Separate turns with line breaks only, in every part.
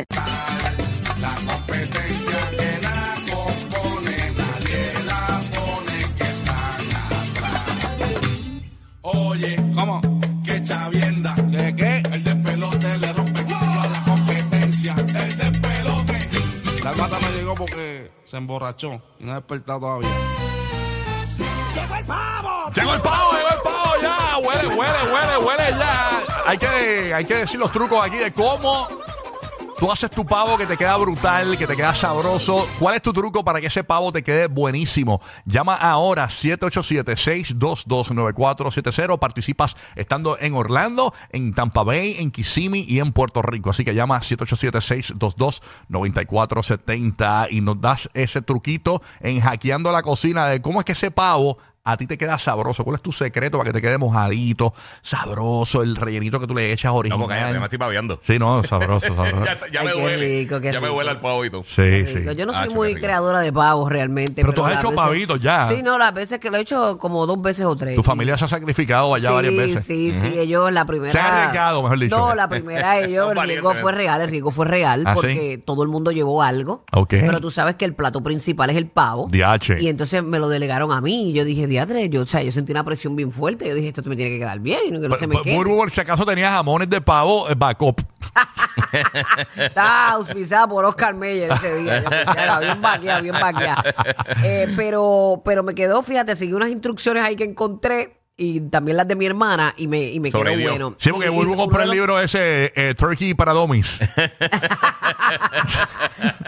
La competencia que la compone, nadie la pone que están atrás. Oye, ¿cómo? Que chavienda. ¿De qué? El despelote le rompe el culo a la competencia. El despelote. La gata no llegó porque se emborrachó y no ha despertado todavía.
Llegó el pavo, llegó el pavo ya. Huele, huele, huele, huele ya. Hay que, hay que decir los trucos aquí de cómo tú haces tu pavo que te queda brutal, que te queda sabroso. ¿Cuál es tu truco para que ese pavo te quede buenísimo? Llama ahora 787-622-9470. Participas estando en Orlando, en Tampa Bay, en Kissimmee y en Puerto Rico. Así que llama 787-622-9470 y nos das ese truquito en hackeando la cocina de cómo es que ese pavo a ti te queda sabroso? ¿Cuál es tu secreto para que te quede mojadito, sabroso, el rellenito que tú le echas
No,
original?
porque ya me estoy babeando.
Sí, no, sabroso, sabroso.
Ya, ya
Ay,
me
qué
huele.
rico, qué
ya me
rico.
huele al pavito.
Sí, sí.
Rico. Yo no soy
Hacho, Ah, qué
muy
rico.
creadora de pavos realmente.
Pero tú has
las
hecho
veces-
pavitos ya.
Sí, no, las veces que lo he hecho como dos veces o tres.
Tu familia se ha sacrificado allá
sí,
varias veces.
Sí, sí, ellos la primera.
Se han arriesgado, mejor dicho.
No, la primera ellos,
Son
el riesgo
valientes,
fue real, el riesgo fue real,
¿Ah, sí?
porque todo el mundo llevó algo.
Ok.
Pero tú sabes que el plato principal es el pavo.
Diache.
Y entonces me lo delegaron a mí. Y yo dije, diadre, yo, o sea, yo sentí una presión bien fuerte. Yo dije, esto me tiene que quedar bien, que no se me
Pero,
quede.
Burbu, por si acaso tenía jamones de pavo, eh, bacop.
Estaba auspiciada por Oscar Meyer ese día. Yo, ya era bien vaqueada, bien vaqueada. Eh, pero, pero me quedó, fíjate, seguí unas instrucciones ahí que encontré y también las de mi hermana y me, y me quedó
Sobrevivió.
bueno.
Sí, porque
Y- y
Burbu
uno
compró
de
el
los-
libro ese, eh, Turkey para Dummies.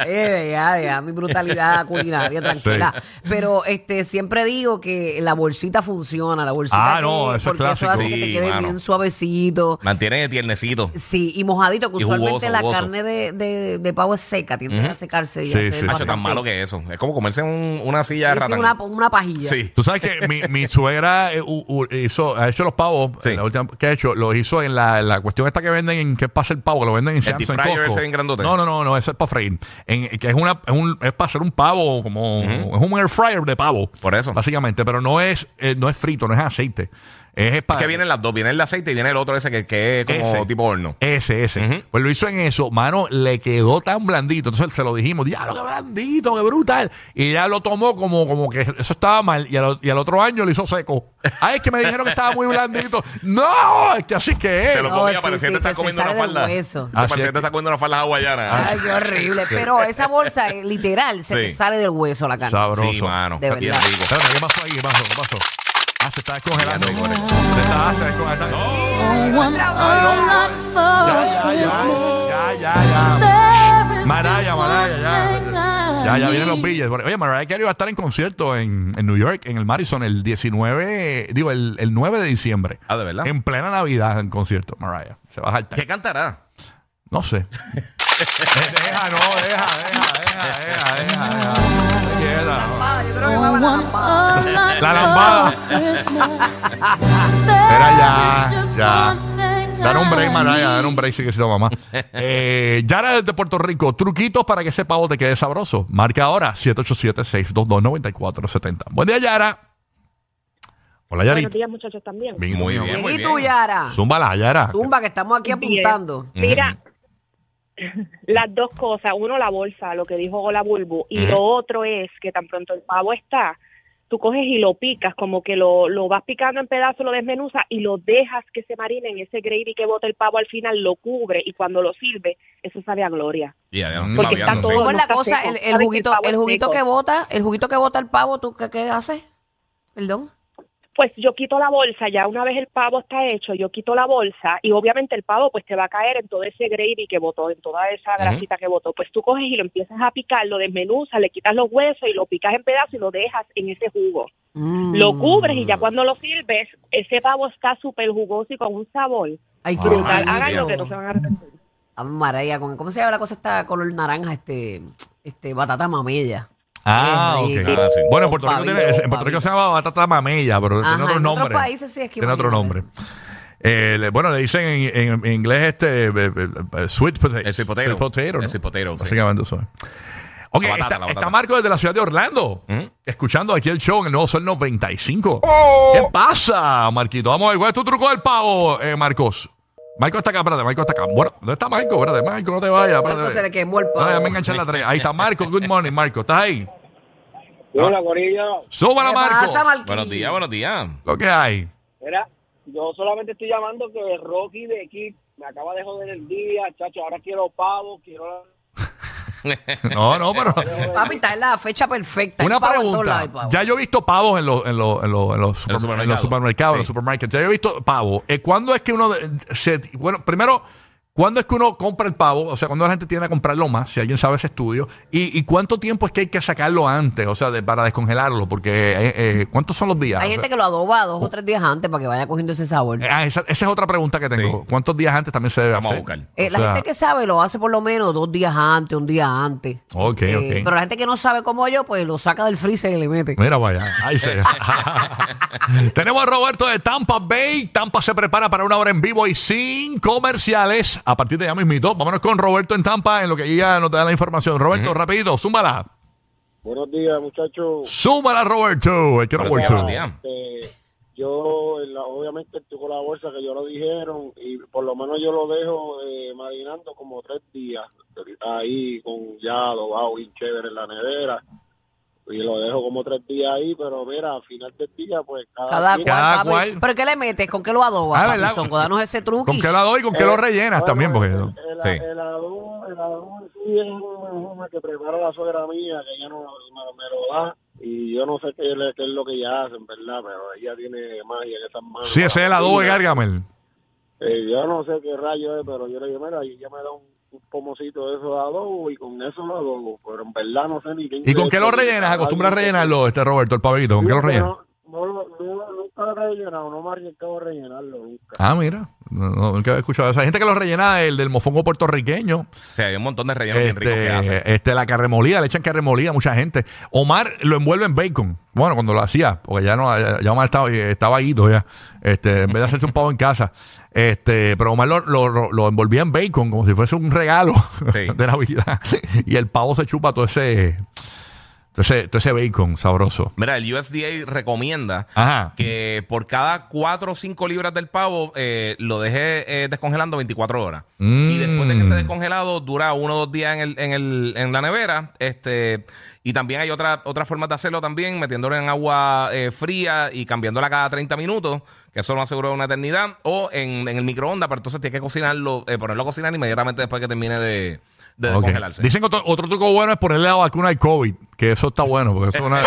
Eh, ya, ya, mi brutalidad culinaria, tranquila. Pero este siempre digo que la bolsita funciona, la bolsita.
Ah, no,
que-
eso es
porque
clásico.
hace que
Sí,
te quede
mano.
bien suavecito.
Mantiene tiernecito.
Sí, y mojadito, que
Y
usualmente
jugoso,
la
jugoso.
carne de, de, de pavo es seca, tiende a secarse.
Sí,
Y a hacer
sí.
Hacho,
bastante-
tan malo que eso. Es como comerse un- una silla de
Sí, sí,
ratán.
una, una pajilla.
Sí.
Tú sabes que mi, mi suegra eh, u- u- hizo, ha hecho los pavos, eh,
Sí.
la última que ha hecho, lo hizo en la, en la cuestión esta que venden en qué pasa el pavo, que lo venden en Sam's
deep
en
fryer
Costco.
ese bien grandote.
No, no, no, no, eso es para freír. En- que es una, es, un- es para hacer un pavo, como es un air fryer de pavo.
Por eso.
Básicamente, pero no es, eh, no es frito, no es aceite. Es, para.
Que vienen las dos. Viene el de aceite y viene el otro ese que, que es como
Ese.
tipo horno.
Ese, ese.
Ujú.
Pues lo hizo en eso, mano, le quedó tan blandito. Entonces se lo dijimos, diablo, qué blandito, qué brutal. Y ella lo tomó como, como que eso estaba mal. Y al, y al otro año lo hizo seco. Ay, es que me dijeron que estaba muy blandito. ¡No! Es que así que es.
Te lo
No,
comía,
sí,
parecía
sí,
que te
que
estás
se
comiendo
sale
una
del
falda.
hueso.
Así
Parecía
es.
que te estás comiendo una falda hawaiana.
Ay, qué horrible. Pero esa bolsa, eh, literal, se
Sí.
te sale del hueso la carne.
Sabroso.
Sí, mano.
De
bien
verdad.
rico.
Espérate, ¿qué pasó ahí? ¿Qué pasó? ¿Qué pasó? Ah, se está descongelando.
Ya no, correcto.
Se está, se descongelando.
One all
Ya,
night
ya, ya, ya, ya, ya.
for Christmas.
Maraya, Maraya, ya. Ya, ya vienen los
billes.
billetes. Oye, Mariah Carey va a estar en concierto en, en New York, en el Madison, el 19, digo, el, el 9 de diciembre.
Ah, ¿de verdad?
En plena Navidad en concierto, Mariah. Se va a
¿Qué
saltar.
cantará?
No sé. Eh, deja, no, deja, deja, deja, deja, deja. deja. Te queda, no.
Yo creo que va a la lampada.
La lambada. Espera ya, ya. Dar
Dar
un break, Mariah, dar un break, sí que sí, mamá. Eh, Yara desde Puerto Rico, truquitos para que ese pavo te quede sabroso. Marca ahora 787-622-9470. Buen día, Yara. Hola, Yarita.
Buenos días, muchachos, también.
Bien,
Muy
bien.
bien, muy
¿Y
bien.
tú, Yara?
Zúmbala, Yara.
Tumba, que estamos aquí
Bien.
apuntando.
Mira, las dos cosas. Uno, la bolsa, lo que dijo la Bulbu. Y lo otro es que tan pronto el pavo está, tú coges y lo picas, como que lo, lo vas picando en pedazos, lo desmenuzas y lo dejas que se marine en ese gravy que bota el pavo al final, lo cubre y cuando lo sirve, eso sabe a gloria.
Ya, ya,
Mm.
no,
Porque
babeando,
está
sí.
todo-
¿Cómo es la
está
cosa?
seco.
El, el
Sabes que el
juguito,
pavo
el
es
juguito
seco.
que bota, el juguito que bota el pavo, ¿tú qué, qué haces? Perdón.
Pues yo quito la bolsa, ya una vez el pavo está hecho, yo quito la bolsa y obviamente el pavo pues te va a caer en todo ese gravy que botó, en toda esa grasita que botó. Pues tú coges y lo empiezas a picar, lo desmenuzas, le quitas los huesos y lo picas en pedazos y lo dejas en ese jugo.
Mm.
Lo cubres y ya cuando lo sirves, ese pavo está súper jugoso y con un sabor
Ay, qué
brutal.
rico.
Háganlo que no se van a arrepentir.
Ave María, con, ¿cómo se llama la cosa esta color naranja? Este, este batata mamella.
Ah,
Qué
ok.
rico.
Ah, sí.
Bueno, en Puerto Rico,
Pavito,
tiene- en Puerto Rico
pavito.
se llama batata mamella, pero
Ajá,
tiene otro
en otros
nombre.
países sí, es que
Tiene otro
imagínate.
nombre. Eh, le- bueno, le dicen en, en- en inglés este eh, eh, eh, sweet potato.
El sweet potato.
¿no?
El sweet potato, sí.
Básicamente eso es. Ok,
La batata,
está,
la batata. ¿Mm?
está Marco desde la ciudad de Orlando, escuchando aquí el show en el Nuevo Sol 95.
Oh.
¿Qué pasa, Marquito? Vamos a ver, ¿cuál es tu truco del pavo, eh, Marcos? Marco está acá, espérate, Marco está acá. Bueno, ¿dónde está Marco? Espérate, Marco, no te vayas. espérate.
Marco se le quemó el pavo.
Ah, ya me enganché en la tarea. Ahí está Marco, good morning, Marco. ¿Estás ahí?
Hola, Corillo.
Súbala,
¿Qué
Marco.
pasa, Marquillo?
Buenos días, buenos días.
Lo que hay.
Mira, yo solamente estoy llamando que Rocky de Kid me acaba de joder el día, chacho. Ahora quiero pavo, quiero.
No, no, pero.
Papi, está en la fecha perfecta. Hay
Una
pavo en todos lados,
pregunta.
hay pavo.
Ya yo he visto pavos en, los en, los en, los en los
En los
supermer- en los
supermercados.
supermercados, en los
Sí.
supermarkets. Ya yo he visto pavos. Eh, ¿Cuándo es que uno. de- se, bueno, primero, ¿cuándo es que uno compra el pavo? O sea, ¿cuándo la gente tiene a comprarlo más? Si alguien sabe ese estudio. ¿Y, y cuánto tiempo es que hay que sacarlo antes? O sea, de- para descongelarlo. Porque. eh, eh, ¿Cuántos son los días?
Hay gente que lo adoba dos o tres días antes para que vaya cogiendo ese sabor.
Eh, ah, esa, esa es otra pregunta que tengo.
Sí.
¿Cuántos días antes también se debe
Vamos a
hacer?
buscar.
Eh,
O
la
sea,
gente que sabe lo hace por lo menos dos días antes, un día antes.
Ok,
Eh,
ok.
Pero la gente que no sabe como yo, pues lo saca del freezer y le mete.
Mira, vaya. Ahí se- Tenemos a Roberto de Tampa Bay. Tampa se prepara para una hora en vivo y sin comerciales. A partir de ya mismito, vámonos con Roberto en Tampa en lo que ya nos da la información. Roberto, rapidito, súmala.
Buenos días, muchachos.
Súmala, Roberto. I quiero
Buenos días,
Roberto.
buenos días.
Este, yo, en la- obviamente, estoy con la bolsa que yo lo dijeron y por lo menos yo lo dejo eh, marinando como tres días. Ahí con ya adobado bien chévere en la nevera. Y lo dejo como tres días ahí, pero mira, al final del día, pues cada,
Cada
quien-
cual,
Cada
papi.
cual.
¿Pero qué le metes? ¿Con qué lo adobas?
Ah,
papi?
¿verdad?
Son, danos ese truqui.
¿Con qué la doy? ¿Con qué lo rellenas también? Porque...
Eh, Bueno, El, el-
Sí.
el adobo, el adobo en sí es una joma que prepara la suegra mía, que ella no, me, me lo da. Y yo no sé qué, le- qué es lo que ella hace, en verdad, pero ella tiene magia en esas manos.
Sí, ese es el adobo de Gargamel.
Eh, yo no sé qué rayo es, pero yo le digo, mira, y ella me da un, un pomocito de esos adobo y con eso lo adobo. Pero en verdad no sé ni qué.
¿Y con qué lo rellenas? ¿Acostumbras a rellenarlo, este Roberto, el pavito? ¿Con qué lo rellenas?
No, no, lo- no lo- nunca lo he rellenado, no me he arriesgado a rellenarlo nunca.
Ah, mira. No, no, nunca había escuchado eso. Hay gente que lo rellena el del mofongo puertorriqueño.
O sea, hay un montón de rellenos bien ricos que hacen.
este, este, la carremolida, le echan carremolida a mucha gente. Omar lo envuelve en bacon. Bueno, cuando lo hacía, porque ya no, ya Omar estaba, estaba ido ya. Este, en vez de hacerse un pavo en casa. Este, pero Omar lo, lo- lo- lo envolvía en bacon como si fuese un regalo
Sí.
de Navidad. Y el pavo se chupa todo ese, todo ese, todo ese bacon sabroso.
Mira, el USDA recomienda
Ajá.
que por cada 4 o 5 libras del pavo eh, lo deje eh, descongelando 24 horas.
Mm.
Y después de que esté descongelado, dura uno o dos días en, el, en, el, en la nevera. este Y también hay otra, otras formas de hacerlo también, metiéndolo en agua eh, fría y cambiándola cada 30 minutos, que eso no asegura una eternidad, o en, en el microondas, pero entonces tienes que cocinarlo, eh, ponerlo a cocinar inmediatamente después que termine de, de
Ok.
descongelarse.
Dicen que otro, otro truco bueno es ponerle la vacuna al COVID, que eso está bueno, porque eso es una...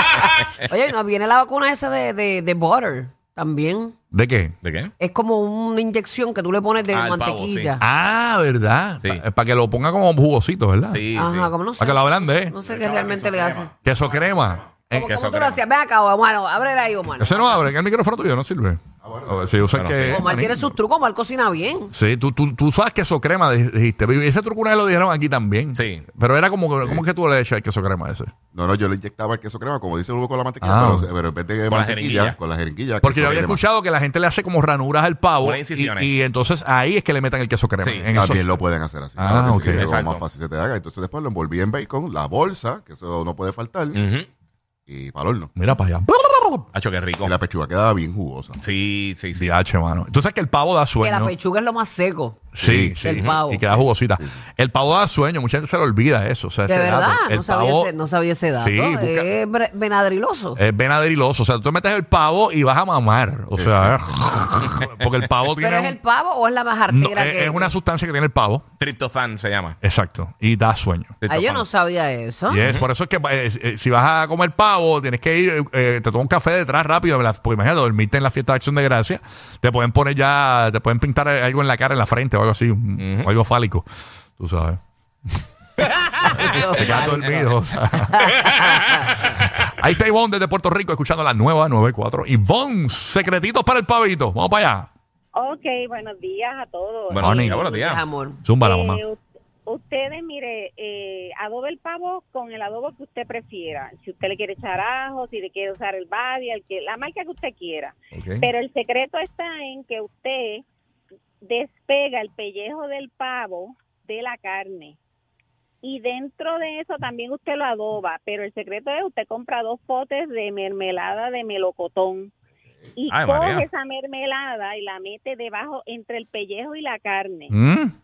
Oye, nos viene la vacuna esa de, de, de butter también.
¿De qué?
¿De qué?
Es como una inyección que tú le pones de
Ah, el pavo,
mantequilla.
Ah, ¿verdad?
Sí.
Para que lo ponga como jugosito, ¿verdad?
Sí,
Ajá,
sí.
como no sé.
Para que lo ablande,
No sé qué realmente le hace.
Queso crema. Eh,
¿Cómo,
queso
cómo tú lo
crema.
hacías? Ven acá, Omar, abre ahí, Omar.
ese no abre, que el micrófono tuyo no sirve. A ver, si usas
Ah, Bueno,
que.
Omar tiene sus trucos, Omar cocina bien.
Sí, tú, tú, tú sabes queso crema, dij- dijiste. Y ese truco una vez lo dijeron aquí también.
Sí.
Pero era como, que- ¿cómo es que tú le echas el queso crema a ese?
No, no, yo le inyectaba el queso crema, como dice Hugo con la mantequilla,
Ah.
pero, pero en vez de
Con la
mantequilla,
jeringuilla.
con la jeringuilla.
Porque
queso
yo había
crema.
escuchado que la gente le hace como ranuras al pavo.
Unas
Y,
incisiones.
y entonces ahí es que le metan el queso crema.
Sí,
en esos-
También lo pueden hacer así.
Ah,
claro que
ok.
sí, que es lo
Exacto.
más fácil se te haga. Entonces después lo envolví en bacon, la bolsa, que eso no puede faltar,
Mm.
Ujú.
y para el horno.
Mira para allá.
Hacho, qué rico.
Y la pechuga quedaba bien jugosa.
Sí, sí, sí.
Sí, H, mano. Entonces que el pavo da
Que la
sueño.
pechuga es lo más seco.
Sí,
Sí,
sí.
el pavo.
Y queda jugosita. El pavo da sueño, mucha gente se le olvida eso. O sea,
De
ese dato.
verdad,
El
no sabía,
pavo-
ese, no sabía ese dato.
Sí, busca- Eh,
Es bre- venadriloso.
Es venadriloso. O sea, tú te metes el pavo y vas a mamar. O sea, porque el pavo tiene.
¿Pero es
un-
el pavo o es la
no, eh,
majartera
es,
que
es una sustancia que tiene el pavo.
Triptofan se llama.
Exacto. Y da sueño.
Ah, yo
Triptofan.
no sabía eso.
Y es por eso es que eh, eh, si vas a comer pavo, tienes que ir, eh, te toma un café detrás rápido, la- porque imagínate, dormiste en la fiesta de acción de gracia, te pueden poner ya, te pueden pintar algo en la cara, en la frente o algo así, un-
Ujú.
algo fálico, tú sabes. Te quedas dormido. o sea. Ahí está Ivonne desde Puerto Rico escuchando la nueva 94. Ivonne, secretitos para el pavito. Vamos para allá.
Ok, buenos días a todos.
Bueno,
Morning.
días, buenos días.
amor.
Zumba la
Eh,
mamá.
u- Ustedes, mire, eh, adobe el pavo con el adobo que usted prefiera. Si usted le quiere echar ajo, si le quiere usar el badia, el que, la marca que usted quiera.
Ok.
Pero el secreto está en que usted despega el pellejo del pavo de la carne. Y dentro de eso también usted lo adoba, pero el secreto es usted compra dos potes de mermelada de melocotón y
Ay,
coge
María.
esa mermelada y la mete debajo entre el pellejo y la carne.
Mm.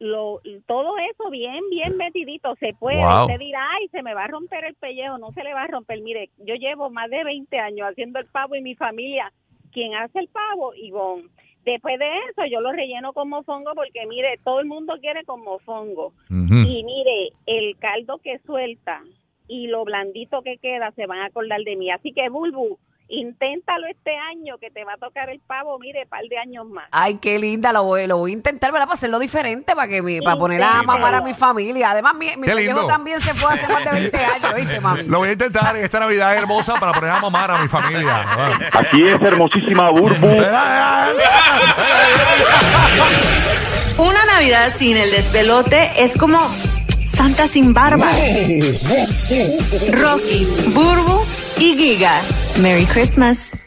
Lo, todo eso bien, bien metidito, se puede.
Wow.
Usted dirá, ay, se me va a romper el pellejo, no se le va a romper. Mire, yo llevo más de 20 años haciendo el pavo y mi familia, quien hace el pavo, Ivonne. Después de eso, yo lo relleno con mofongo porque, mire, todo el mundo quiere con mofongo.
Ujú.
Y mire, el caldo que suelta y lo blandito que queda se van a acordar de mí. Así que, Bulbu, inténtalo este año que te va a tocar el pavo, mire, par de años más.
Ay, qué linda, lo voy, lo voy a intentar, ¿verdad? Para hacerlo diferente, para que mi, para poner a
Inténtalo.
mamar a mi familia. Además, mi, mi
Qué
pellejo
lindo.
también se fue hace más de 20 años, ¿viste, mami?
Lo voy a intentar en esta Navidad hermosa para poner a mamar a mi familia. Bueno.
Aquí es hermosísima Burbu.
Una Navidad sin el despelote es como Santa sin barba. Rocky, Burbu y Giga. Merry Christmas.